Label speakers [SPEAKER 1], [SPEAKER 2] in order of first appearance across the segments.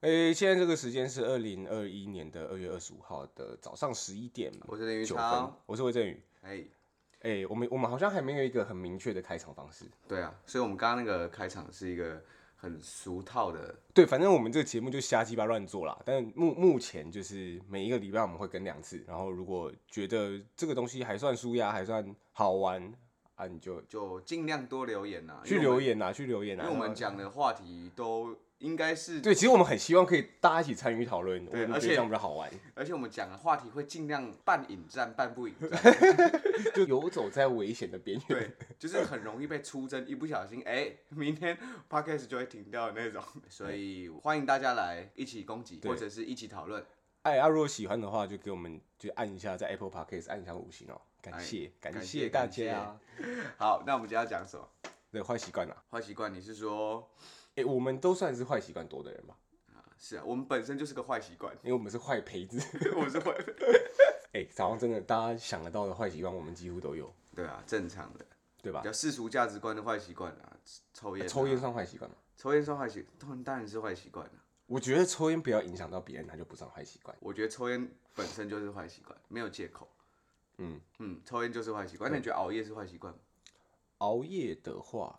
[SPEAKER 1] 诶、现在这个时间是二零二一年的二月二十五号的早上十一点
[SPEAKER 2] 我是林宇
[SPEAKER 1] 九分
[SPEAKER 2] 超，。
[SPEAKER 1] 我是魏振宇。
[SPEAKER 2] 哎，
[SPEAKER 1] 诶、我们我们好像还没有一个很明确的开场方式。
[SPEAKER 2] 对啊，所以我们刚刚那个开场是一个很俗套的，
[SPEAKER 1] 对，反正我们这个节目就瞎鸡巴乱做啦。但目目前就是每一个礼拜我们会更两次，然后如果觉得这个东西还算舒压，还算好玩啊，你就
[SPEAKER 2] 就尽量多留言呐、啊，
[SPEAKER 1] 去留言啊，去留言
[SPEAKER 2] 因
[SPEAKER 1] 啊。
[SPEAKER 2] 为我
[SPEAKER 1] 然
[SPEAKER 2] 们，因为我们
[SPEAKER 1] 后
[SPEAKER 2] 讲的话题都应该是，
[SPEAKER 1] 对，其实我们很希望可以大家一起参与讨论，我
[SPEAKER 2] 对
[SPEAKER 1] 们觉
[SPEAKER 2] 而
[SPEAKER 1] 得
[SPEAKER 2] 且
[SPEAKER 1] 这样比较好玩，
[SPEAKER 2] 而且我们讲的话题会尽量半引战半不引战，
[SPEAKER 1] 就游走在危险的边缘。
[SPEAKER 2] 对，就是很容易被出征，一不小心，哎、明天 podcast 就会停掉的那种。所以欢迎大家来一起攻击，
[SPEAKER 1] 对
[SPEAKER 2] 或者是一起讨论。
[SPEAKER 1] 哎，啊，如果喜欢的话，就给我们就按一下在 Apple Podcast 按一下五星哦，感
[SPEAKER 2] 哎
[SPEAKER 1] 谢感
[SPEAKER 2] 感
[SPEAKER 1] 谢
[SPEAKER 2] 谢
[SPEAKER 1] 大
[SPEAKER 2] 感谢啊
[SPEAKER 1] 家。
[SPEAKER 2] 好，那我们今天要讲什么？
[SPEAKER 1] 对，坏习惯啦，
[SPEAKER 2] 坏习惯，你是说？
[SPEAKER 1] 哎，我们都算是坏习惯多的人吧，
[SPEAKER 2] 是啊，我们本身就是个坏习惯，
[SPEAKER 1] 因为我们是坏胚子。
[SPEAKER 2] 我是坏。
[SPEAKER 1] 哎，早上真的大家想得到的坏习惯，我们几乎都有，
[SPEAKER 2] 对啊，正常的，
[SPEAKER 1] 对吧呃
[SPEAKER 2] 比？较世俗价值观的坏习惯啊，抽烟、
[SPEAKER 1] 抽烟，算坏习惯吗？
[SPEAKER 2] 抽烟算坏习，当然当然是坏习惯啊。
[SPEAKER 1] 我觉得抽烟不要影响到别人，它就不算坏习惯。
[SPEAKER 2] 我觉得抽烟本身就是坏习惯，没有借口。
[SPEAKER 1] 嗯，
[SPEAKER 2] 嗯，抽烟就是坏习惯。那你觉得熬夜是坏习惯吗？
[SPEAKER 1] 熬夜的话，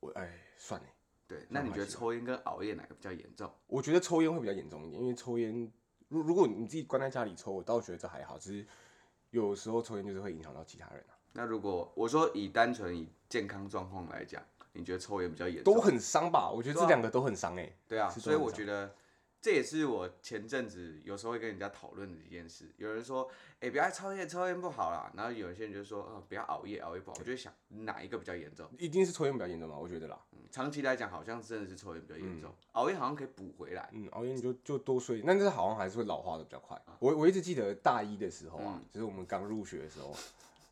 [SPEAKER 1] 我哎算了，
[SPEAKER 2] 对，那你觉得抽烟跟熬夜哪个比较严重？
[SPEAKER 1] 我觉得抽烟会比较严重一点，因为抽烟，如如果你自己关在家里抽，我倒觉得这还好，只是有时候抽烟就是会影响到其他人啊，
[SPEAKER 2] 那如果我说以单纯以健康状况来讲，你觉得抽烟比较严重？
[SPEAKER 1] 都很伤吧？我觉得
[SPEAKER 2] 对
[SPEAKER 1] 这
[SPEAKER 2] 啊
[SPEAKER 1] 两个都很伤哎、
[SPEAKER 2] 对啊，
[SPEAKER 1] 是都
[SPEAKER 2] 所以
[SPEAKER 1] 很
[SPEAKER 2] 我
[SPEAKER 1] 少
[SPEAKER 2] 觉得这也是我前阵子有时候会跟人家讨论的一件事。有人说，哎、不要抽烟，抽烟不好啦。然后有一些人就说，呃，不要熬夜，熬夜不好。我就想哪一个比较严重、
[SPEAKER 1] 一定是抽烟比较严重吧？我觉得啦，
[SPEAKER 2] 嗯长期来讲，好像真的是抽烟比较严重，熬夜好像可以补回来。
[SPEAKER 1] 嗯，熬夜你就就多睡，但是好像还是会老化的比较快。
[SPEAKER 2] 啊
[SPEAKER 1] 我我一直记得大一的时候
[SPEAKER 2] 嗯
[SPEAKER 1] 啊，就是我们刚入学的时候，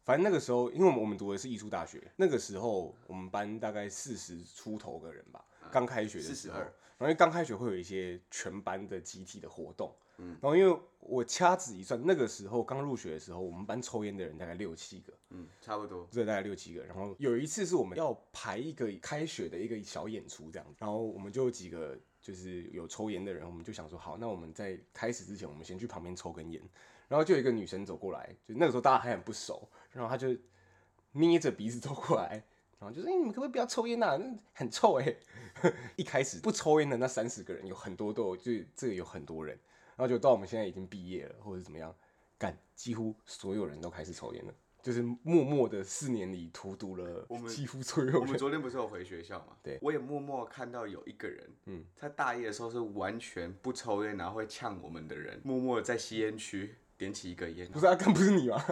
[SPEAKER 1] 反正那个时候，因为我们我们读的是艺术大学，那个时候我们班大概四十出头个人吧，
[SPEAKER 2] 啊
[SPEAKER 1] 刚开学的时候，
[SPEAKER 2] 42
[SPEAKER 1] 然后因为刚开学会有一些全班的集体的活动，嗯，然后因为我掐指一算，那个时候刚入学的时候，我们班抽烟的人大概六七个，
[SPEAKER 2] 嗯，差 不多。
[SPEAKER 1] 这大概六七个，然后有一次是我们要排一个开学的一个小演出这样，然后我们就有几个就是有抽烟的人，我们就想说好，那我们在开始之前，我们先去旁边抽根烟。然后就有一个女生走过来，就那个时候大家还很不熟，然后她就捏着鼻子走过来，然后就说：“哎、你们可不可以不要抽烟呐、那很臭哎、一开始不抽烟的那三十个人，有很多都有，就是这个有很多人，然后就到我们现在已经毕业了，或者怎么样，干几乎所有人都开始抽烟了。就是默默的四年里荼毒了
[SPEAKER 2] 我们
[SPEAKER 1] 几乎所有
[SPEAKER 2] 我们
[SPEAKER 1] 人，
[SPEAKER 2] 昨天不是有回学校嘛？
[SPEAKER 1] 对，
[SPEAKER 2] 我也默默看到有一个人，嗯，他大一的时候是完全不抽烟，然后会呛我们的人，默默地在吸烟区点起一根烟，
[SPEAKER 1] 不是啊，干不是你吗？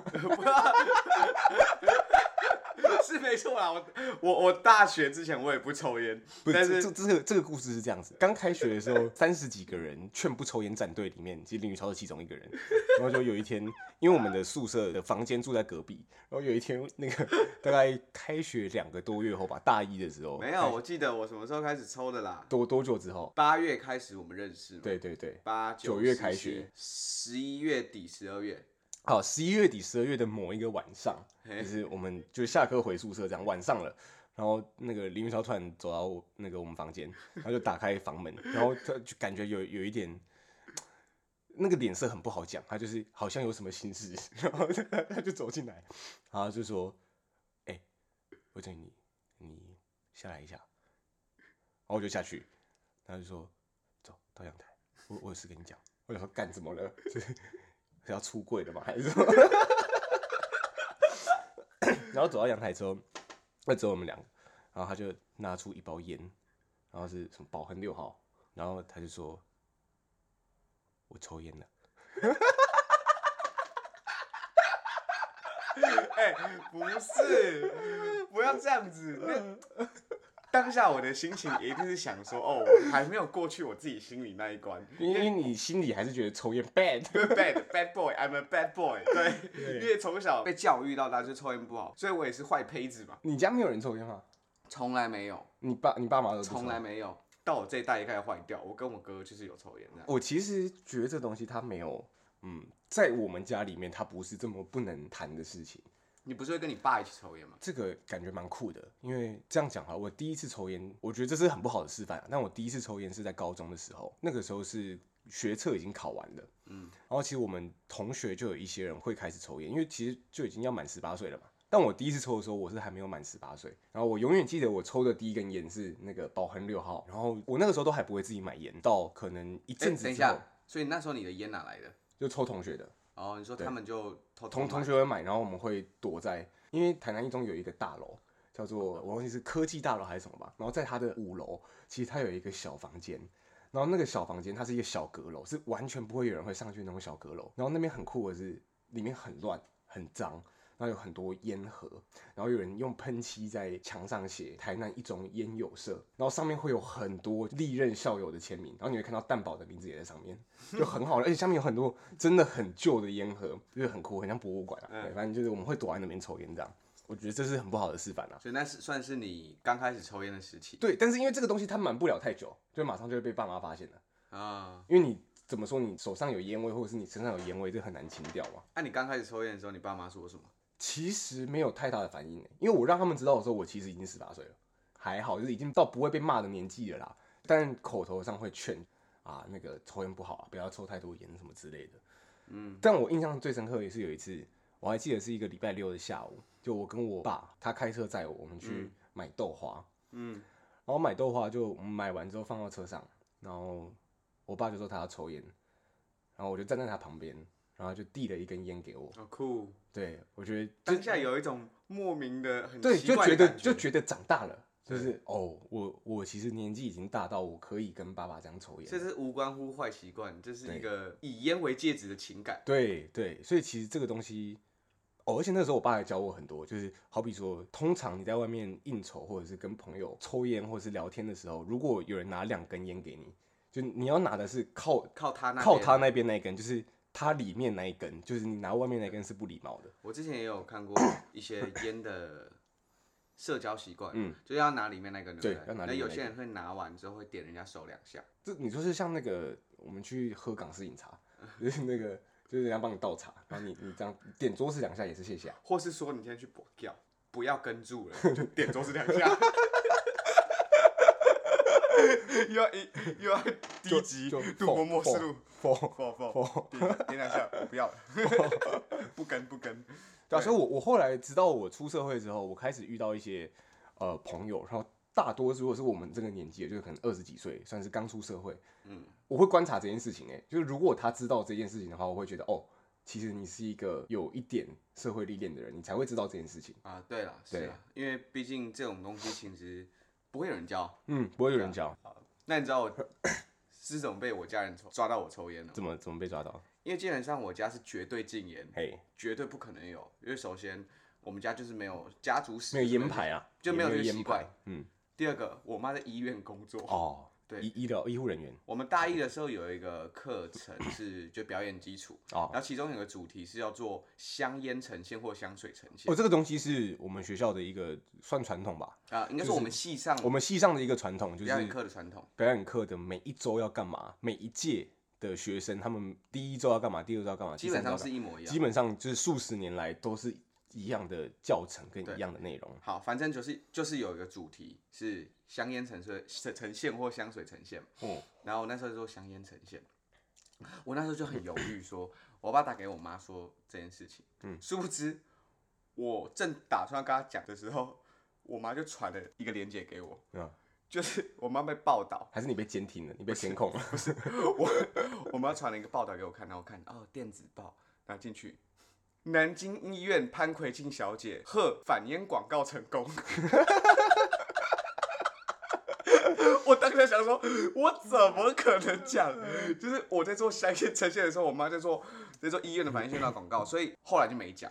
[SPEAKER 2] 是没错啦，我我我大学之前我也不抽烟，
[SPEAKER 1] 不
[SPEAKER 2] 但
[SPEAKER 1] 是这
[SPEAKER 2] 是
[SPEAKER 1] 这这个这个故事是这样子，刚开学的时候，三十几个人劝不抽烟战队里面，其实林宇超是其中一个人。 然后就有一天，因为我们的宿舍的房间住在隔壁，然后有一天那个 大概开学两个多月后吧，大一的时候，
[SPEAKER 2] 没有，我记得我什么时候开始抽的啦？
[SPEAKER 1] 多多久之后？
[SPEAKER 2] 八月开始我们认识嘛，，
[SPEAKER 1] 对对对，
[SPEAKER 2] 八
[SPEAKER 1] 九月开学，
[SPEAKER 2] 十一月底十二月，
[SPEAKER 1] 好，哦十一月底、十二月的某一个晚上，
[SPEAKER 2] 嘿
[SPEAKER 1] 就是我们就是下课回宿舍这样，晚上了。然后那个林云超突然走到我那个我们房间，然后就打开房门，然后他就感觉有有一点，那个脸色很不好讲，他就是好像有什么心事， 然后他他就走进来，然后就说：“哎、我叫你，你下来一下。”然后我就下去，然后就说：“走到阳台，我我有事跟你讲。”我想说干怎么了？ 就是是要出柜了吗？还是什么？然后走到阳台之后，那只有我们两个，然后他就拿出一包烟，然后是什么宝亨六号，然后他就说：“我抽烟了。
[SPEAKER 2] 哎、 不是，不要这样子。那
[SPEAKER 1] 嗯
[SPEAKER 2] 当下我的心情一定是想说，哦，我还没有过去我自己心里那一关”
[SPEAKER 1] 因为因为你心里还是觉得抽烟 bad，
[SPEAKER 2] ，bad bad boy，I'm a bad boy 对。因为从小被教育到大，就抽烟不好，所以我也是坏胚子嘛，
[SPEAKER 1] 你家没有人抽烟吗？
[SPEAKER 2] 从来没有。
[SPEAKER 1] 你爸你爸妈都不抽
[SPEAKER 2] 从来。没有。到我这一代也开始坏掉，我跟我哥就是有抽烟这样。
[SPEAKER 1] 我其实觉得这东西它没有，嗯，在我们家里面它不是这么不能谈的事情。
[SPEAKER 2] 你不是会跟你爸一起抽烟吗？
[SPEAKER 1] 这个感觉蛮酷的，因为这样讲哈，我第一次抽烟，我觉得这是很不好的示范、啊。但我第一次抽烟是在高中的时候，那个时候是学测已经考完了，嗯，然后其实我们同学就有一些人会开始抽烟，因为其实就已经要满十八岁了嘛。但我第一次抽的时候，我是还没有满十八岁。然后我永远记得我抽的第一根烟是那个宝恒六号，然后我那个时候都还不会自己买烟，到可能一
[SPEAKER 2] 哎、
[SPEAKER 1] 阵子
[SPEAKER 2] 等一
[SPEAKER 1] 之后
[SPEAKER 2] 下，所以那时候你的烟哪来的？
[SPEAKER 1] 就抽同学的，
[SPEAKER 2] 哦，你说他们就偷偷
[SPEAKER 1] 同同
[SPEAKER 2] 买
[SPEAKER 1] 学会买，然后我们会躲在，因为台南一中有一个大楼叫做我忘记是科技大楼还是什么吧，然后在它的五楼，其实它有一个小房间，然后那个小房间它是一个小阁楼，是完全不会有人会上去那种小阁楼，然后那边很酷的是里面很乱很脏，然后有很多烟盒，然后有人用喷漆在墙上写台南一中烟友社，然后上面会有很多历任校友的签名，然后你会看到蛋宝的名字也在上面，就很好玩，而且下面有很多真的很旧的烟盒，就是很酷，很像博物馆啊。对，反正就是我们会躲在那边抽烟这样，我觉得这是很不好的示范啊。
[SPEAKER 2] 所以那是算是你刚开始抽烟的时期
[SPEAKER 1] 对，但是因为这个东西它瞒不了太久，就马上就会被爸妈发现了，
[SPEAKER 2] 啊。
[SPEAKER 1] 因为你怎么说你手上有烟味，或者是你身上有烟味，这很难清掉嘛。
[SPEAKER 2] 那、你刚开始抽烟的时候，你爸妈说什么？
[SPEAKER 1] 其实没有太大的反应欸，因为我让他们知道的时候，我其实已经十八岁了，还好，就是已经到不会被骂的年纪了啦。但口头上会劝啊，那个抽烟不好啊，不要抽太多烟什么之类的。嗯，但我印象最深刻也是有一次，我还记得是一个礼拜六的下午，就我跟我爸，他开车载我，我们去买豆花。
[SPEAKER 2] 嗯，
[SPEAKER 1] 然后买豆花就我们买完之后放到车上，然后我爸就说他要抽烟，然后我就站在他旁边，然后就递了一根烟给我。
[SPEAKER 2] 好酷！
[SPEAKER 1] 对我觉得
[SPEAKER 2] 当下有一种莫名的很
[SPEAKER 1] 对，
[SPEAKER 2] 奇
[SPEAKER 1] 就
[SPEAKER 2] 怪
[SPEAKER 1] 觉
[SPEAKER 2] 的
[SPEAKER 1] 得
[SPEAKER 2] 感
[SPEAKER 1] 就觉得长大了，就
[SPEAKER 2] 对
[SPEAKER 1] 是哦，我我其实年纪已经大到我可以跟爸爸这样抽烟
[SPEAKER 2] 这
[SPEAKER 1] 了。
[SPEAKER 2] 是无关乎坏习惯，这是
[SPEAKER 1] 对
[SPEAKER 2] 一个以烟为戒指的情感。
[SPEAKER 1] 对对，所以其实这个东西，哦，而且那时候我爸还教我很多，就是好比说，通常你在外面应酬或者是跟朋友抽烟或者是聊天的时候，如果有人拿两根烟给你，就你要拿的是靠
[SPEAKER 2] 靠他那，
[SPEAKER 1] 靠他。那边那一根，就是它里面那一根，就是你拿外面那一根是不礼貌的。
[SPEAKER 2] 我之前也有看过一些烟的社交习惯，
[SPEAKER 1] 嗯，
[SPEAKER 2] 就是要拿里面那个，
[SPEAKER 1] 对
[SPEAKER 2] 不
[SPEAKER 1] 要拿里
[SPEAKER 2] 那
[SPEAKER 1] 面
[SPEAKER 2] 有
[SPEAKER 1] 那
[SPEAKER 2] 些人会拿完之后会点人家手两下，
[SPEAKER 1] 这你说是像那个我们去喝港式饮茶，就是那个就是人家帮你倒茶，然后你你这样点桌子两下也是谢谢、啊。
[SPEAKER 2] 或是说你今天去补掉，不要跟住了，就 点桌子两下。又要一又要低级
[SPEAKER 1] 就
[SPEAKER 2] 杜
[SPEAKER 1] 否
[SPEAKER 2] 某某思路，
[SPEAKER 1] 否
[SPEAKER 2] 否 否，点点两下，不要了， 不跟不跟。
[SPEAKER 1] 对啊，所以我我后来直到我出社会之后，我开始遇到一些呃朋友，然后大多如果是我们这个年纪的，就是可能二十几岁，算是刚出社会，
[SPEAKER 2] 嗯，
[SPEAKER 1] 我会观察这件事情、欸，就是如果他知道这件事情的话，我会觉得哦，其实你是一个有一点社会历练的人，你才会知道这件事情。
[SPEAKER 2] 啊，对了，是
[SPEAKER 1] 对
[SPEAKER 2] 啊，因为毕竟这种东西其实不会有人教。
[SPEAKER 1] 嗯，不会有人教，
[SPEAKER 2] 那你知道我 是怎么被我家人抽抓到我抽烟的吗？
[SPEAKER 1] 怎么怎么被抓到？
[SPEAKER 2] 因为基本上我家是绝对禁烟，
[SPEAKER 1] 嘿，
[SPEAKER 2] 绝对不可能有。因为首先我们家就是没有家族史，
[SPEAKER 1] 没有烟。牌啊，
[SPEAKER 2] 就
[SPEAKER 1] 也
[SPEAKER 2] 没有
[SPEAKER 1] 有
[SPEAKER 2] 这个
[SPEAKER 1] 烟
[SPEAKER 2] 习
[SPEAKER 1] 牌
[SPEAKER 2] 惯。
[SPEAKER 1] 嗯，
[SPEAKER 2] 第二个，我妈在医院工作。
[SPEAKER 1] 哦，
[SPEAKER 2] 对
[SPEAKER 1] 医医疗医护人员
[SPEAKER 2] 我们大一的时候有一个课程是就表演基础，
[SPEAKER 1] 哦
[SPEAKER 2] 然后其中有个主题是要做香烟呈现或香水呈现
[SPEAKER 1] 哦，这个东西是我们学校的一个算传统吧，
[SPEAKER 2] 啊，应该是我们系上
[SPEAKER 1] 我们系上的一个传统，就是
[SPEAKER 2] 表演课的传统。
[SPEAKER 1] 表演课的每一周要干嘛，每一届的学生他们第一周要干嘛，第二周要干嘛，
[SPEAKER 2] 基本上
[SPEAKER 1] 第三周
[SPEAKER 2] 是一模一
[SPEAKER 1] 要干嘛
[SPEAKER 2] 样
[SPEAKER 1] 基。本上就是数十年来都是一样的教程跟一样的内容。
[SPEAKER 2] 好，反正就是就是有一个主题是香烟呈现呈呈现或香水呈现，
[SPEAKER 1] 嗯，
[SPEAKER 2] 然后我那时候就说香烟呈现，我那时候就很犹豫说，我爸打给我妈说这件事情，嗯，殊不知我正打算跟她讲的时候，我妈就传了一个链接给我，
[SPEAKER 1] 嗯
[SPEAKER 2] 就是我妈被报道，
[SPEAKER 1] 还是你被监听了，你被监控了， 哦
[SPEAKER 2] 我我妈传了一个报道给我看，然后我看哦电子报，然后进去。南京医院潘奎庆小姐贺反烟广告成功。 我当时想说，我怎么可能讲？就是我在做香烟呈现的时候，我妈在做在做医院的反烟宣传广告，所以后来就没讲。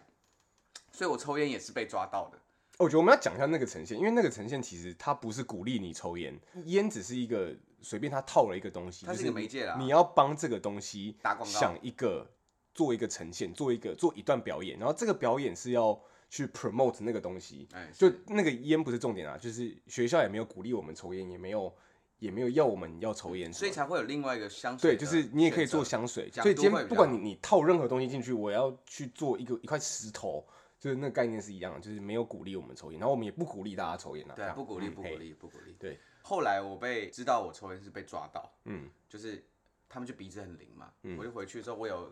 [SPEAKER 2] 所以我抽烟也是被抓到的。
[SPEAKER 1] 我觉得我们要讲一下那个呈现，因为那个呈现其实它不是鼓励你抽烟，烟只是一个随便它套了一个东西，
[SPEAKER 2] 它是一个媒介啦
[SPEAKER 1] 就是你要帮这个东西
[SPEAKER 2] 打广告
[SPEAKER 1] 想一个做一个呈现，做一个做一段表演，然后这个表演是要去 promote 那个东西，
[SPEAKER 2] 哎，
[SPEAKER 1] 就是那个烟不是重点啊，就是学校也没有鼓励我们抽烟，也没有也没有要我们要抽烟什么的，
[SPEAKER 2] 所以才会有另外一个香水
[SPEAKER 1] 对，
[SPEAKER 2] 的
[SPEAKER 1] 就
[SPEAKER 2] 选择。
[SPEAKER 1] 是你也可以做香水，
[SPEAKER 2] 讲
[SPEAKER 1] 所以今
[SPEAKER 2] 多会
[SPEAKER 1] 天
[SPEAKER 2] 比
[SPEAKER 1] 不
[SPEAKER 2] 较
[SPEAKER 1] 管你你套任何东西进去，我要去做一个一块石头，就是那个概念是一样的，就是没有鼓励我们抽烟，然后我们也不鼓励大家抽烟啊。这
[SPEAKER 2] 对，
[SPEAKER 1] 样
[SPEAKER 2] 不鼓励，不
[SPEAKER 1] 嗯
[SPEAKER 2] 鼓。
[SPEAKER 1] 嘿
[SPEAKER 2] 励，不鼓励。
[SPEAKER 1] 对，
[SPEAKER 2] 后来我被知道我抽烟是被抓到，
[SPEAKER 1] 嗯，
[SPEAKER 2] 就是他们就鼻子很灵嘛，
[SPEAKER 1] 嗯
[SPEAKER 2] 我就回去之后，我有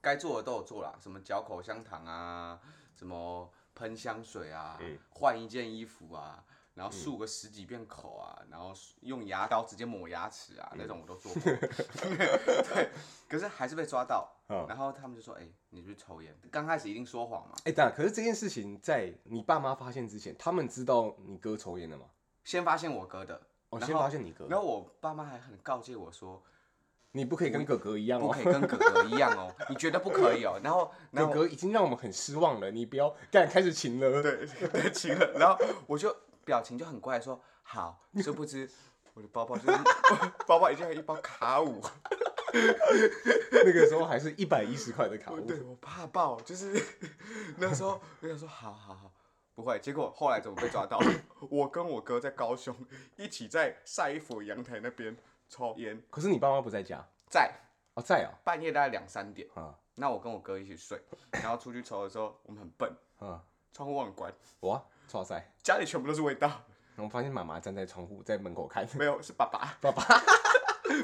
[SPEAKER 2] 该做的都有做啦，什么嚼口香糖啊，什么喷香水啊
[SPEAKER 1] 嗯，
[SPEAKER 2] 换、一件衣服啊，然后漱个十几遍口啊，然后用牙膏直接抹牙齿啊，
[SPEAKER 1] 嗯
[SPEAKER 2] 那种我都做过。 对，可是还是被抓到，
[SPEAKER 1] 嗯
[SPEAKER 2] 然后他们就说：“哎、你是不是抽烟？”刚开始一定说谎嘛，
[SPEAKER 1] 哎、但可是这件事情在你爸妈发现之前，他们知道你哥抽烟了吗？
[SPEAKER 2] 先发现我哥的，
[SPEAKER 1] 哦，
[SPEAKER 2] 然
[SPEAKER 1] 先
[SPEAKER 2] 后
[SPEAKER 1] 发现你哥，
[SPEAKER 2] 然后我爸妈还很告诫我说。
[SPEAKER 1] 你不可以跟哥哥一样
[SPEAKER 2] 不
[SPEAKER 1] 哦
[SPEAKER 2] 可。以跟哥哥一样哦，你觉得不可以哦。然后，然
[SPEAKER 1] 哥
[SPEAKER 2] 后
[SPEAKER 1] 哥已经让我们很失望了，你不要干开始请了。
[SPEAKER 2] 对 对，亲了。然后我就表情就很怪，说好，殊不知我的包包就是 包包已经有一包卡五，
[SPEAKER 1] 那个时候还是一百一十块的卡
[SPEAKER 2] 我
[SPEAKER 1] 物。
[SPEAKER 2] 对我怕爆，就是 那时候我想说好好好。不会，结果后来怎么 被抓到？我跟我哥在高雄一起在晒衣服阳台那边抽烟，
[SPEAKER 1] 可是你爸妈不在家
[SPEAKER 2] 在
[SPEAKER 1] 哦，在哦，
[SPEAKER 2] 半夜大概两三点，
[SPEAKER 1] 啊
[SPEAKER 2] 那我跟我哥一起睡，然后出去抽的时候，我们很笨，
[SPEAKER 1] 啊，
[SPEAKER 2] 窗户忘了关，
[SPEAKER 1] 哇，哇塞！
[SPEAKER 2] 家里全部都是味道。
[SPEAKER 1] 然啊后发现妈妈站在窗户在门口看，
[SPEAKER 2] 没有，是爸爸。
[SPEAKER 1] 爸爸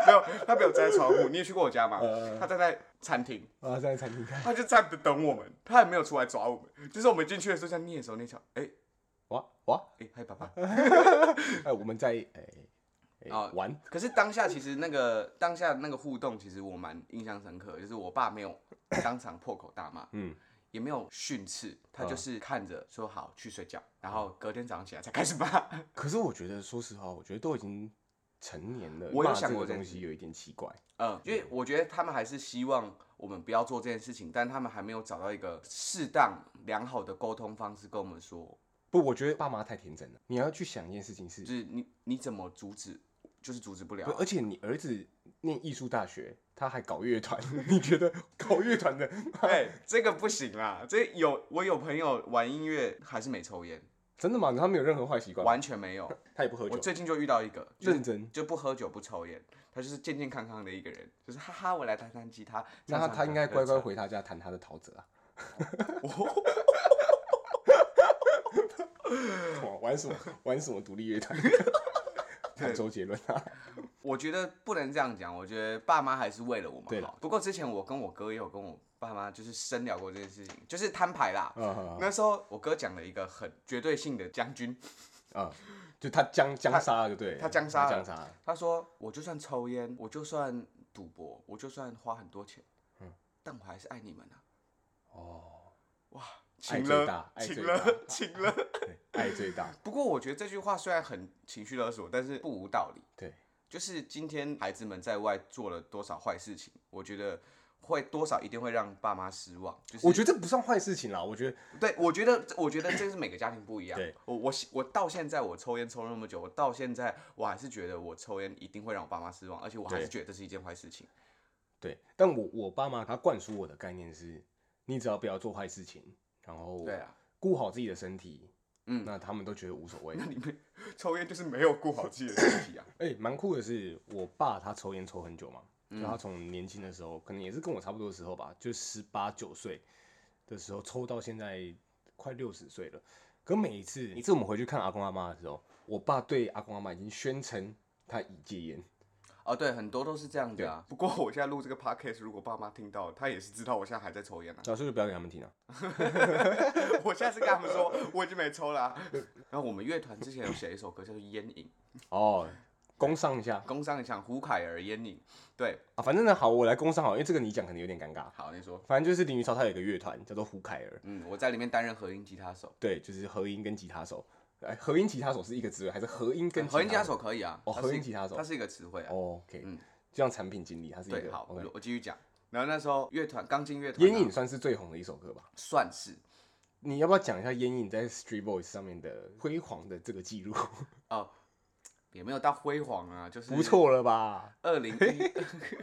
[SPEAKER 2] 没有，他没有站在窗户。你也去过我家吗？
[SPEAKER 1] 呃
[SPEAKER 2] 他站在餐厅，
[SPEAKER 1] 啊，站在餐厅看，
[SPEAKER 2] 他就站着等我们，他也没有出来抓我们。就是我们进去的时候，在念的时候，念想，哎、
[SPEAKER 1] 哇哇，
[SPEAKER 2] 哎、嗨，爸爸。
[SPEAKER 1] 啊哎，我们在哎哎
[SPEAKER 2] 哦
[SPEAKER 1] 玩，
[SPEAKER 2] 可是当下其实那个当下那个互动，其实我蛮印象深刻的，就是我爸没有当场破口大骂，
[SPEAKER 1] 嗯，
[SPEAKER 2] 也没有训斥，他
[SPEAKER 1] 嗯
[SPEAKER 2] 就是看着说好去睡觉，然后隔天早上起来才开始骂。
[SPEAKER 1] 可是我觉得，说实话，我觉得都已经成年了，
[SPEAKER 2] 我有
[SPEAKER 1] 骂
[SPEAKER 2] 想
[SPEAKER 1] 这
[SPEAKER 2] 过
[SPEAKER 1] 个
[SPEAKER 2] 这
[SPEAKER 1] 东
[SPEAKER 2] 件
[SPEAKER 1] 西有一点奇怪。
[SPEAKER 2] 嗯，因为我觉得他们还是希望我们不要做这件事情，但他们还没有找到一个适当良好的沟通方式跟我们说，
[SPEAKER 1] 不，我觉得爸妈太天真了。你要去想一件事情是
[SPEAKER 2] 就，是你你怎么阻止，就是阻止不了啊
[SPEAKER 1] 不。而且你儿子念艺术大学，他还搞乐团， 你觉得搞乐团的，
[SPEAKER 2] 哎，这个不行啦，这有我有朋友玩音乐还是没抽烟，
[SPEAKER 1] 真的吗？他没有任何坏习惯吗，
[SPEAKER 2] 完全没有。
[SPEAKER 1] 他也不喝
[SPEAKER 2] 我
[SPEAKER 1] 酒，
[SPEAKER 2] 最近就遇到一个，就是
[SPEAKER 1] 认真。
[SPEAKER 2] 就不喝酒不抽烟，他就是健健康康的一个人，就是哈哈，我来弹弹吉他。
[SPEAKER 1] 那他
[SPEAKER 2] 唱唱
[SPEAKER 1] 他应该
[SPEAKER 2] 歌
[SPEAKER 1] 乖乖
[SPEAKER 2] 唱
[SPEAKER 1] 回他家弹他的陶喆啊。
[SPEAKER 2] 嗯
[SPEAKER 1] 哇玩 什么玩什么独立乐团？弹周杰伦啊，
[SPEAKER 2] 我觉得不能这样讲，我觉得爸妈还是为了我
[SPEAKER 1] 对
[SPEAKER 2] 们
[SPEAKER 1] 啦
[SPEAKER 2] 好。不过之前我跟我哥也有跟我爸妈就是深聊过这件事情，就是摊牌啦。
[SPEAKER 1] 啊
[SPEAKER 2] 那时候我哥讲了一个很绝对性的将军，
[SPEAKER 1] 啊，就他将将杀了，就对了，
[SPEAKER 2] 他将杀了
[SPEAKER 1] 将杀了，
[SPEAKER 2] 他说我就算抽烟，我就算赌博，我就算花很多钱，
[SPEAKER 1] 嗯
[SPEAKER 2] 但我还是爱你们啊。
[SPEAKER 1] 哦，
[SPEAKER 2] 哇，
[SPEAKER 1] 爱
[SPEAKER 2] 请
[SPEAKER 1] 最大
[SPEAKER 2] 了，，
[SPEAKER 1] 爱
[SPEAKER 2] 请
[SPEAKER 1] 最大，
[SPEAKER 2] 了，请了。
[SPEAKER 1] 对，爱最大，
[SPEAKER 2] 不过我觉得这句话虽然很情绪勒索，但是不无道理。
[SPEAKER 1] 对，
[SPEAKER 2] 就是今天孩子们在外做了多少坏事情，我觉得会多少一定会让爸妈失望。就是
[SPEAKER 1] 我觉得这不算坏事情啦，我觉得
[SPEAKER 2] 对，我觉得我觉得这是每个家庭不一样。
[SPEAKER 1] 对，
[SPEAKER 2] 我我我到现在我抽烟抽那么久，我到现在我还是觉得我抽烟一定会让我爸妈失望，而且我还
[SPEAKER 1] 对
[SPEAKER 2] 是觉得这是一件坏事情。
[SPEAKER 1] 对，但我我爸妈他灌输我的概念是，你只要不要做坏事情，然后
[SPEAKER 2] 对啊，
[SPEAKER 1] 顾好自己的身体，
[SPEAKER 2] 嗯
[SPEAKER 1] 那他们都觉得无所谓
[SPEAKER 2] 那。你们 抽烟就是没有顾好自己的身体啊？
[SPEAKER 1] 哎、蛮酷的是，我爸他抽烟抽很久嘛，就他从年轻的时候，可能也是跟我差不多的时候吧，就十八九岁的时候抽到现在快六十岁了。可每一次，每次我们回去看阿公阿妈的时候，我爸对阿公阿妈已经宣称他已戒烟。
[SPEAKER 2] 哦，对，很多都是这样子啊。不过我现在录这个 podcast，如果爸妈听到，他也是知道我现在还在抽烟啊。
[SPEAKER 1] 老师就不要给他们听了、
[SPEAKER 2] 我下次跟他们说我已经没抽了啊、 然后我们乐团之前有写一首歌叫做《烟瘾
[SPEAKER 1] 哦，攻上一下》，
[SPEAKER 2] 工商一项胡凯尔《烟瘾》。对，
[SPEAKER 1] 啊，反正呢，好，我来攻上好，因为这个你讲可能有点尴尬。
[SPEAKER 2] 好，你说，
[SPEAKER 1] 反正就是林宇超他有一个乐团叫做胡凯尔，
[SPEAKER 2] 嗯，我在里面担任和音吉他手，
[SPEAKER 1] 对，就是和音跟吉他手。哎，和音吉他手是一个职位，还是和音跟
[SPEAKER 2] 哦嗯和音吉他手可以啊，
[SPEAKER 1] 哦
[SPEAKER 2] 它
[SPEAKER 1] 和
[SPEAKER 2] 是
[SPEAKER 1] 音吉他手
[SPEAKER 2] 它是一个词汇啊。
[SPEAKER 1] 哦？OK，
[SPEAKER 2] 嗯
[SPEAKER 1] 就像产品经理，他是一
[SPEAKER 2] 对，
[SPEAKER 1] 个
[SPEAKER 2] 好，
[SPEAKER 1] OK
[SPEAKER 2] 我我继续讲。然后那时候乐团钢筋乐团啊
[SPEAKER 1] 烟瘾算是最红的一首歌吧？
[SPEAKER 2] 算是
[SPEAKER 1] 你要不要讲一下烟瘾在 Street Boys 上面的辉煌的这个记录？
[SPEAKER 2] 哦，也没有到辉煌啊，就是
[SPEAKER 1] 不。错了吧？
[SPEAKER 2] 二零一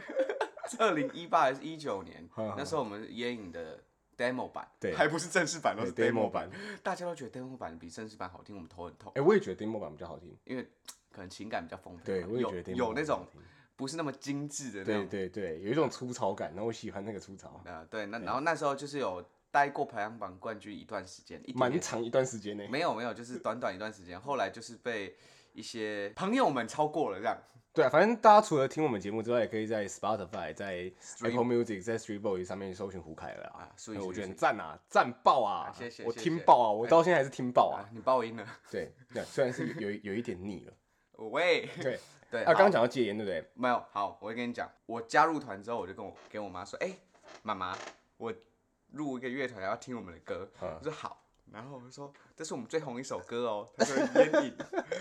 [SPEAKER 2] 二零一八还是一九 年
[SPEAKER 1] 好好，
[SPEAKER 2] 那时候我们烟影的 demo 版，
[SPEAKER 1] 对
[SPEAKER 2] 还不是正式版，都是
[SPEAKER 1] 对 demo
[SPEAKER 2] demo
[SPEAKER 1] 版
[SPEAKER 2] 版。大家都觉得 demo 版比正式版好听，我们头很痛
[SPEAKER 1] 哎、，我也觉得 demo 版比较好听。
[SPEAKER 2] 因为可能情感比较丰富，
[SPEAKER 1] 对，我也觉得 demo
[SPEAKER 2] 有有
[SPEAKER 1] 版
[SPEAKER 2] 那
[SPEAKER 1] 比较
[SPEAKER 2] 种
[SPEAKER 1] 好听
[SPEAKER 2] 不是那么精致的那
[SPEAKER 1] 对
[SPEAKER 2] 种。
[SPEAKER 1] 对对，有一种粗糙感，然后我喜欢那个粗糙。
[SPEAKER 2] 呃，对，那然后那时候就是有待过排行榜冠军一段时间，一点
[SPEAKER 1] 蛮
[SPEAKER 2] 点
[SPEAKER 1] 长一段时间 呢。
[SPEAKER 2] 没有没有，就是短短一段时间，后来就是被一些朋友们超过了这样。
[SPEAKER 1] 对啊，反正大家除了听我们节目之外，也可以在 Spotify、在 Apple Music、在 Street Boy 上面搜寻胡凯了啊
[SPEAKER 2] 啊。所以
[SPEAKER 1] 我
[SPEAKER 2] 所以
[SPEAKER 1] 觉得
[SPEAKER 2] 所
[SPEAKER 1] 很
[SPEAKER 2] 以
[SPEAKER 1] 赞啊，赞爆啊！
[SPEAKER 2] 谢谢
[SPEAKER 1] 我
[SPEAKER 2] 谢
[SPEAKER 1] 听
[SPEAKER 2] 谢
[SPEAKER 1] 爆啊，我
[SPEAKER 2] 哎
[SPEAKER 1] 到现在还是听爆啊。
[SPEAKER 2] 啊，你报应了，
[SPEAKER 1] 对对，虽然是有有一点腻了。
[SPEAKER 2] 喂，
[SPEAKER 1] 对
[SPEAKER 2] 对，
[SPEAKER 1] 啊，刚
[SPEAKER 2] 好
[SPEAKER 1] 刚讲到戒烟，对不对？
[SPEAKER 2] 没有，好，我跟你讲，我加入团之后，我就跟我跟我妈说，哎、妈妈，我入一个乐团要听我们的歌，
[SPEAKER 1] 嗯
[SPEAKER 2] 我说好，然后我就说这是我们最红一首歌哦，她说烟瘾，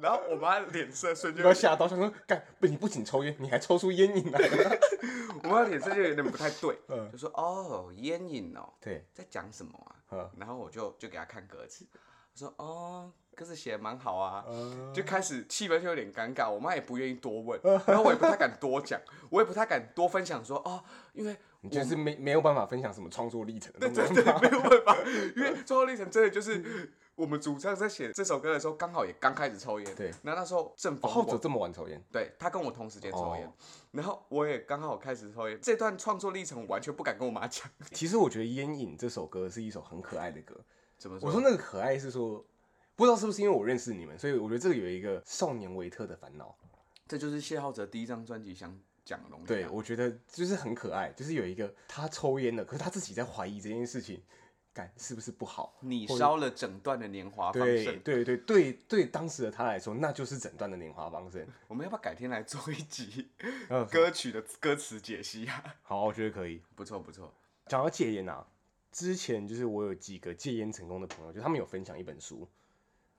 [SPEAKER 2] 然后我妈脸色瞬
[SPEAKER 1] 不
[SPEAKER 2] 间
[SPEAKER 1] 要，吓到，想说，干，不，你不仅抽烟，你还抽出烟瘾来了。
[SPEAKER 2] 我妈脸色就有点不太对，
[SPEAKER 1] 嗯
[SPEAKER 2] 就说哦烟瘾哦，
[SPEAKER 1] 对，
[SPEAKER 2] 在讲什么啊？
[SPEAKER 1] 嗯
[SPEAKER 2] 然后我就就给她看歌词，我说哦歌词写的蛮好啊，
[SPEAKER 1] 呃，
[SPEAKER 2] 就开始气氛就有点尴尬，我妈也不愿意多问，然后我也不太敢多讲，我也不太敢多分享说哦，因为
[SPEAKER 1] 你就是没没有办法分享什么创作历程的东
[SPEAKER 2] 真
[SPEAKER 1] 西
[SPEAKER 2] 的
[SPEAKER 1] 吗？
[SPEAKER 2] 没有办法，因为最后历程真的就是我们主唱在写这首歌的时候，刚好也刚开始抽烟，
[SPEAKER 1] 对
[SPEAKER 2] 那那时候正
[SPEAKER 1] 哦
[SPEAKER 2] 逢
[SPEAKER 1] 后
[SPEAKER 2] 我
[SPEAKER 1] 者这么晚 抽烟，
[SPEAKER 2] 对他跟我同时间抽烟，
[SPEAKER 1] 哦
[SPEAKER 2] 然后我也刚好开始抽烟，这段创作历程我完全不敢跟我妈讲，
[SPEAKER 1] 其实我觉得《烟瘾》这首歌是一首很可爱的歌。
[SPEAKER 2] 怎么
[SPEAKER 1] 我说那个可爱是说，不知道是不是因为我认识你们，所以我觉得这个有一个少年维特的烦恼。
[SPEAKER 2] 这就是谢浩哲第一张专辑想讲的东西、啊
[SPEAKER 1] 对，，我啊觉得就是很可爱，就是有一个他抽烟了，可是他自己在怀疑这件事情，干是不是不好？
[SPEAKER 2] 你
[SPEAKER 1] 或者
[SPEAKER 2] 烧了整段的年华放
[SPEAKER 1] 对
[SPEAKER 2] 生，
[SPEAKER 1] 对对对对，当时的他来说，那就是诊断的年华方式。
[SPEAKER 2] 我们要不要改天来做一集
[SPEAKER 1] 嗯，
[SPEAKER 2] 歌曲的歌词解析啊？
[SPEAKER 1] 好，我觉得可以。
[SPEAKER 2] 不错不错，
[SPEAKER 1] 讲到戒烟啊，之前就是我有几个戒烟成功的朋友，就他们有分享一本书，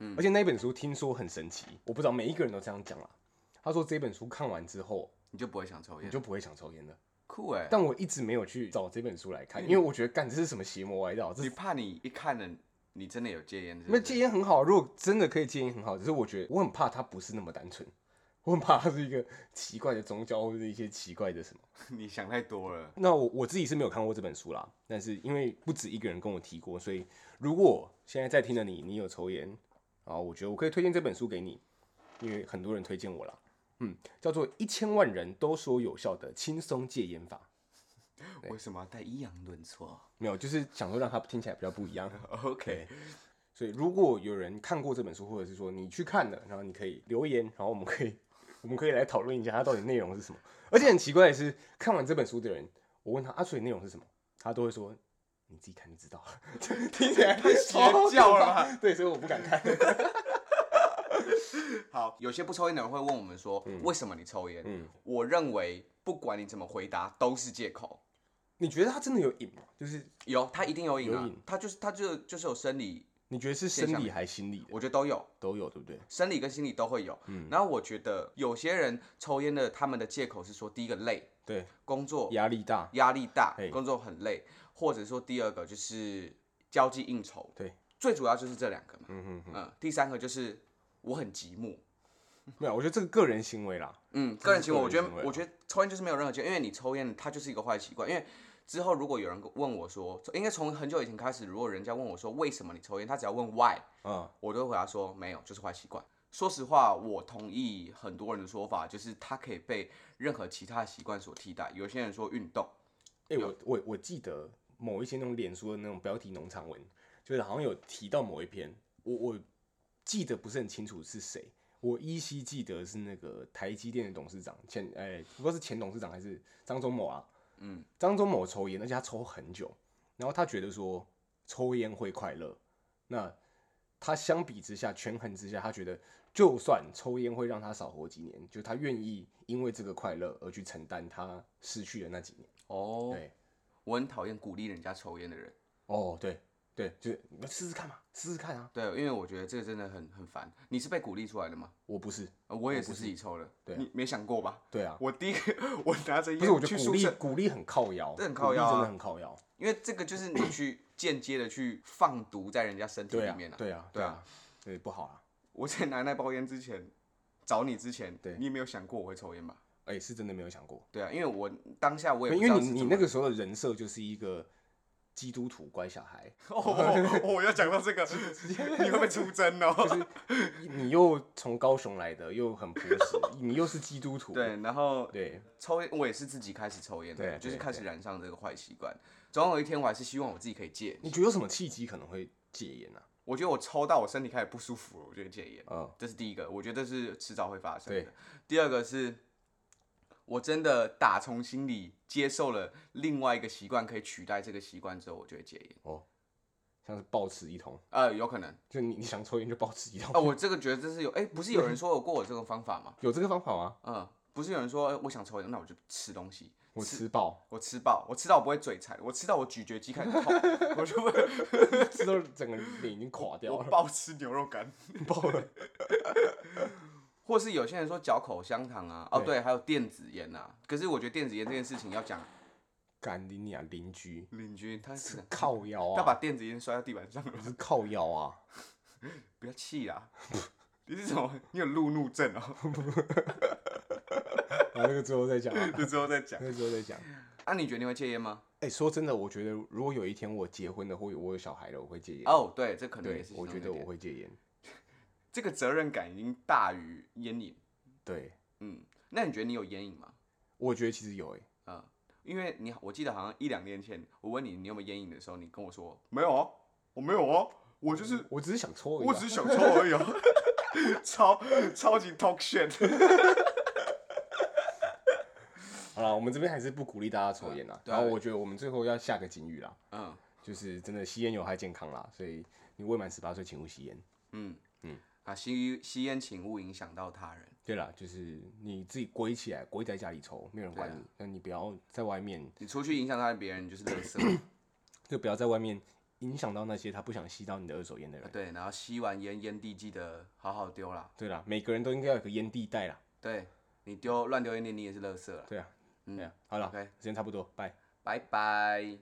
[SPEAKER 1] 嗯，而且那一本书听说很神奇，我不知道每一个人都这样讲啦。啊他说这本书看完之后，
[SPEAKER 2] 你就不会想抽
[SPEAKER 1] 你
[SPEAKER 2] 烟，
[SPEAKER 1] 就不会想抽烟了。
[SPEAKER 2] 酷哎、
[SPEAKER 1] 但我一直没有去找这本书来看，因为我觉得干这是什么邪魔歪道，这
[SPEAKER 2] 你
[SPEAKER 1] 是
[SPEAKER 2] 怕你一看了，你真的有戒烟？
[SPEAKER 1] 那
[SPEAKER 2] 那
[SPEAKER 1] 戒烟很好，如果真的可以戒烟很好，只是我觉得我很怕它不是那么单纯，我很怕它是一个奇怪的宗教或者是一些奇怪的什么。
[SPEAKER 2] 你想太多了。
[SPEAKER 1] 那我我自己是没有看过这本书啦，但是因为不止一个人跟我提过，所以如果现在在听的你，你有抽烟，然后我觉得我可以推荐这本书给你，因为很多人推荐我啦。嗯，叫做《一千万人都说有效的轻松戒烟法》，
[SPEAKER 2] 为什么要带抑扬顿挫
[SPEAKER 1] 没有，就是想说让它听起来比较不一样。
[SPEAKER 2] ？OK，
[SPEAKER 1] 所以如果有人看过这本书，或者是说你去看了，然后你可以留言，然后我们可以 我们可以来讨论一下它到底内容是什么。而且很奇怪的是，看完这本书的人，我问他啊，所以内容是什么，他都会说你自己看就知道了， 听起来太
[SPEAKER 2] 邪教了吧？
[SPEAKER 1] 对，所以我不敢看。
[SPEAKER 2] 好，有些不抽烟的人会问我们说，为什么你抽烟？
[SPEAKER 1] 嗯
[SPEAKER 2] 我认为不管你怎么回答都是借口。
[SPEAKER 1] 你觉得他真的有瘾吗？就是
[SPEAKER 2] 有，他一定有瘾
[SPEAKER 1] 有
[SPEAKER 2] 啊
[SPEAKER 1] 瘾，
[SPEAKER 2] 他就是他就就是有生理，
[SPEAKER 1] 你觉得是生理还是心理的
[SPEAKER 2] 我觉得都有，
[SPEAKER 1] 都有，对不对？
[SPEAKER 2] 生理跟心理都会有。
[SPEAKER 1] 嗯
[SPEAKER 2] 然后我觉得有些人抽烟的他们的借口是说，第一个累，
[SPEAKER 1] 对，
[SPEAKER 2] 工作
[SPEAKER 1] 压力大，
[SPEAKER 2] 压力大
[SPEAKER 1] 嘿，
[SPEAKER 2] 工作很累，或者说第二个就是交际应酬，
[SPEAKER 1] 对，
[SPEAKER 2] 最主要就是这两个嘛。
[SPEAKER 1] 嗯哼哼，
[SPEAKER 2] 嗯，第三个就是我很寂寞。
[SPEAKER 1] 没有，我觉得这个个人行为啦，
[SPEAKER 2] 嗯，
[SPEAKER 1] 这
[SPEAKER 2] 个人
[SPEAKER 1] 是
[SPEAKER 2] 行为，
[SPEAKER 1] 个
[SPEAKER 2] 我
[SPEAKER 1] 人
[SPEAKER 2] 觉得
[SPEAKER 1] 行为
[SPEAKER 2] 我
[SPEAKER 1] 啊
[SPEAKER 2] 觉得抽烟就是没有任何戒，因为你抽烟它就是一个坏习惯。因为之后如果有人问我说，应该从很久以前开始，如果人家问我说为什么你抽烟，他只要问 why，
[SPEAKER 1] 啊、
[SPEAKER 2] 我都会回答说没有，就是坏习惯。说实话，我同意很多人的说法，就是它可以被任何其他的习惯所替代。有些人说运动，
[SPEAKER 1] 哎、我我我记得某一些那种脸书的那种标题农场文，就是好像有提到某一篇，我我记得不是很清楚是谁，我依稀记得是那个台积电的董事长前，哎、不知道是前董事长还是张忠谋啊，
[SPEAKER 2] 嗯，
[SPEAKER 1] 张忠谋抽烟，而且他抽很久，然后他觉得说抽烟会快乐，那他相比之下权衡之下，他觉得就算抽烟会让他少活几年，就他愿意因为这个快乐而去承担他失去的那几年，
[SPEAKER 2] 哦，
[SPEAKER 1] 对。
[SPEAKER 2] 我很讨厌鼓励人家抽烟的人，
[SPEAKER 1] 哦，对对，就是你试试看嘛，试试看啊。
[SPEAKER 2] 对，因为我觉得这个真的很很烦。你是被鼓励出来的吗？
[SPEAKER 1] 我不是，
[SPEAKER 2] 呃我也是自己抽的，
[SPEAKER 1] 对啊
[SPEAKER 2] 你没想过吧？
[SPEAKER 1] 对啊，
[SPEAKER 2] 我第一个，我拿着
[SPEAKER 1] 不是，我
[SPEAKER 2] 烟
[SPEAKER 1] 觉得
[SPEAKER 2] 去
[SPEAKER 1] 鼓
[SPEAKER 2] 宿
[SPEAKER 1] 励
[SPEAKER 2] 舍，
[SPEAKER 1] 鼓励很靠腰，
[SPEAKER 2] 这很
[SPEAKER 1] 鼓
[SPEAKER 2] 靠
[SPEAKER 1] 励
[SPEAKER 2] 腰
[SPEAKER 1] 真的
[SPEAKER 2] 啊
[SPEAKER 1] 很靠腰。
[SPEAKER 2] 因为这个就是你去间接的去放毒在人家身体
[SPEAKER 1] 对
[SPEAKER 2] 里
[SPEAKER 1] 啊
[SPEAKER 2] 面，啊。
[SPEAKER 1] 对啊，对
[SPEAKER 2] 对
[SPEAKER 1] 啊，对不好啊。
[SPEAKER 2] 我在拿那包烟之前，找你之前，
[SPEAKER 1] 对
[SPEAKER 2] 你也没有想过我会抽烟吧？
[SPEAKER 1] 哎，是真的没有想过，
[SPEAKER 2] 对啊，因为我当下我也不
[SPEAKER 1] 因
[SPEAKER 2] 知道
[SPEAKER 1] 为
[SPEAKER 2] 是
[SPEAKER 1] 你你
[SPEAKER 2] 怎
[SPEAKER 1] 那
[SPEAKER 2] 么
[SPEAKER 1] 个时候的人设就是一个基督徒乖小孩，
[SPEAKER 2] 哦，我我要讲到这个，你会被出征
[SPEAKER 1] 就
[SPEAKER 2] 哦。
[SPEAKER 1] 是你又从高雄来的，又很朴实，你又是基督徒，
[SPEAKER 2] 对，然后
[SPEAKER 1] 对
[SPEAKER 2] 抽烟，我也是自己开始抽烟的，
[SPEAKER 1] 对
[SPEAKER 2] 就是
[SPEAKER 1] 对
[SPEAKER 2] 开始
[SPEAKER 1] 对
[SPEAKER 2] 染上这个坏习惯。总有一天，我还是希望我自己可以戒。
[SPEAKER 1] 你觉得有什么契机可能会戒烟呢、
[SPEAKER 2] 我觉得我抽到我身体开始不舒服了，我就会戒烟。
[SPEAKER 1] 嗯，
[SPEAKER 2] 这是第一个，我觉得是迟早会发生的
[SPEAKER 1] 对。
[SPEAKER 2] 第二个是，我真的打从心里接受了另外一个习惯可以取代这个习惯之后，我就会戒烟。
[SPEAKER 1] 像是暴吃一通，
[SPEAKER 2] 呃，有可能。
[SPEAKER 1] 就你你想抽烟就暴吃一通，
[SPEAKER 2] 啊，我这个觉得这是有，哎、不是有人说有过我这个方法吗？
[SPEAKER 1] 有这个方法吗？
[SPEAKER 2] 嗯，不是有人说、哎我想抽烟，那我就吃东西，
[SPEAKER 1] 我吃爆，
[SPEAKER 2] 我吃爆，我吃到我不会嘴馋，我吃到我咀嚼肌开始痛，我就会
[SPEAKER 1] 吃到整个脸已经垮掉
[SPEAKER 2] 我
[SPEAKER 1] 了，
[SPEAKER 2] 暴吃牛肉干，
[SPEAKER 1] 爆了。
[SPEAKER 2] 或是有些人说嚼口香糖啊，哦
[SPEAKER 1] 对
[SPEAKER 2] 对，还有电子烟啊。可是我觉得电子烟这件事情要讲
[SPEAKER 1] 干你娘邻居
[SPEAKER 2] 邻居，他是
[SPEAKER 1] 靠腰
[SPEAKER 2] 他
[SPEAKER 1] 啊，
[SPEAKER 2] 把电子烟摔到地板上了，
[SPEAKER 1] 是靠腰 啊，
[SPEAKER 2] 不要气啊！你是什么？你有路怒症哦？
[SPEAKER 1] 啊那个之后再讲、啊，
[SPEAKER 2] 这之后再讲
[SPEAKER 1] 那。个之后再讲。
[SPEAKER 2] 啊，你觉得你会戒烟吗？
[SPEAKER 1] 哎、说真的，我觉得如果有一天我结婚了，或者我有小孩了，我会戒烟。
[SPEAKER 2] 哦，对，这可能也
[SPEAKER 1] 对
[SPEAKER 2] 是，其
[SPEAKER 1] 我
[SPEAKER 2] 中
[SPEAKER 1] 觉
[SPEAKER 2] 一
[SPEAKER 1] 得
[SPEAKER 2] 点
[SPEAKER 1] 我会戒烟。
[SPEAKER 2] 这个责任感已经大于烟瘾。
[SPEAKER 1] 对，
[SPEAKER 2] 嗯，那你觉得你有烟瘾吗？
[SPEAKER 1] 我觉得其实有哎、
[SPEAKER 2] 嗯，因为你我记得好像一两年前我问你你有没有烟瘾的时候，你跟我说没有啊，我没有啊，我就是
[SPEAKER 1] 我只是想抽而已、啊。
[SPEAKER 2] 我只是想抽 而已啊， 超超级 talk shit。
[SPEAKER 1] 好了，我们这边还是不鼓励大家抽烟啦。
[SPEAKER 2] 对
[SPEAKER 1] 然
[SPEAKER 2] 啊
[SPEAKER 1] 后我觉得我们最后要下个警语啦，
[SPEAKER 2] 嗯
[SPEAKER 1] 就是真的吸烟有害健康啦，所以你未满十八岁请勿吸烟。
[SPEAKER 2] 嗯嗯，啊，吸吸烟请勿影响到他人。
[SPEAKER 1] 对啦，就是你自己归起来，归在家里抽，没有人管
[SPEAKER 2] 啊
[SPEAKER 1] 你。那你不要在外面，
[SPEAKER 2] 你出去影响到别人，你就是垃 圾嘛
[SPEAKER 1] 就不要在外面影响到那些他不想吸到你的二手烟的
[SPEAKER 2] 啊
[SPEAKER 1] 人。
[SPEAKER 2] 对，然后吸完烟，烟蒂记得好好丢啦。
[SPEAKER 1] 对啦，每个人都应该有个烟蒂袋啦。
[SPEAKER 2] 对你丢乱丢烟蒂，你也是垃圾啦。
[SPEAKER 1] 对啊，
[SPEAKER 2] 嗯
[SPEAKER 1] 对啊。好了
[SPEAKER 2] OK
[SPEAKER 1] 时间差不多，拜。
[SPEAKER 2] 拜拜。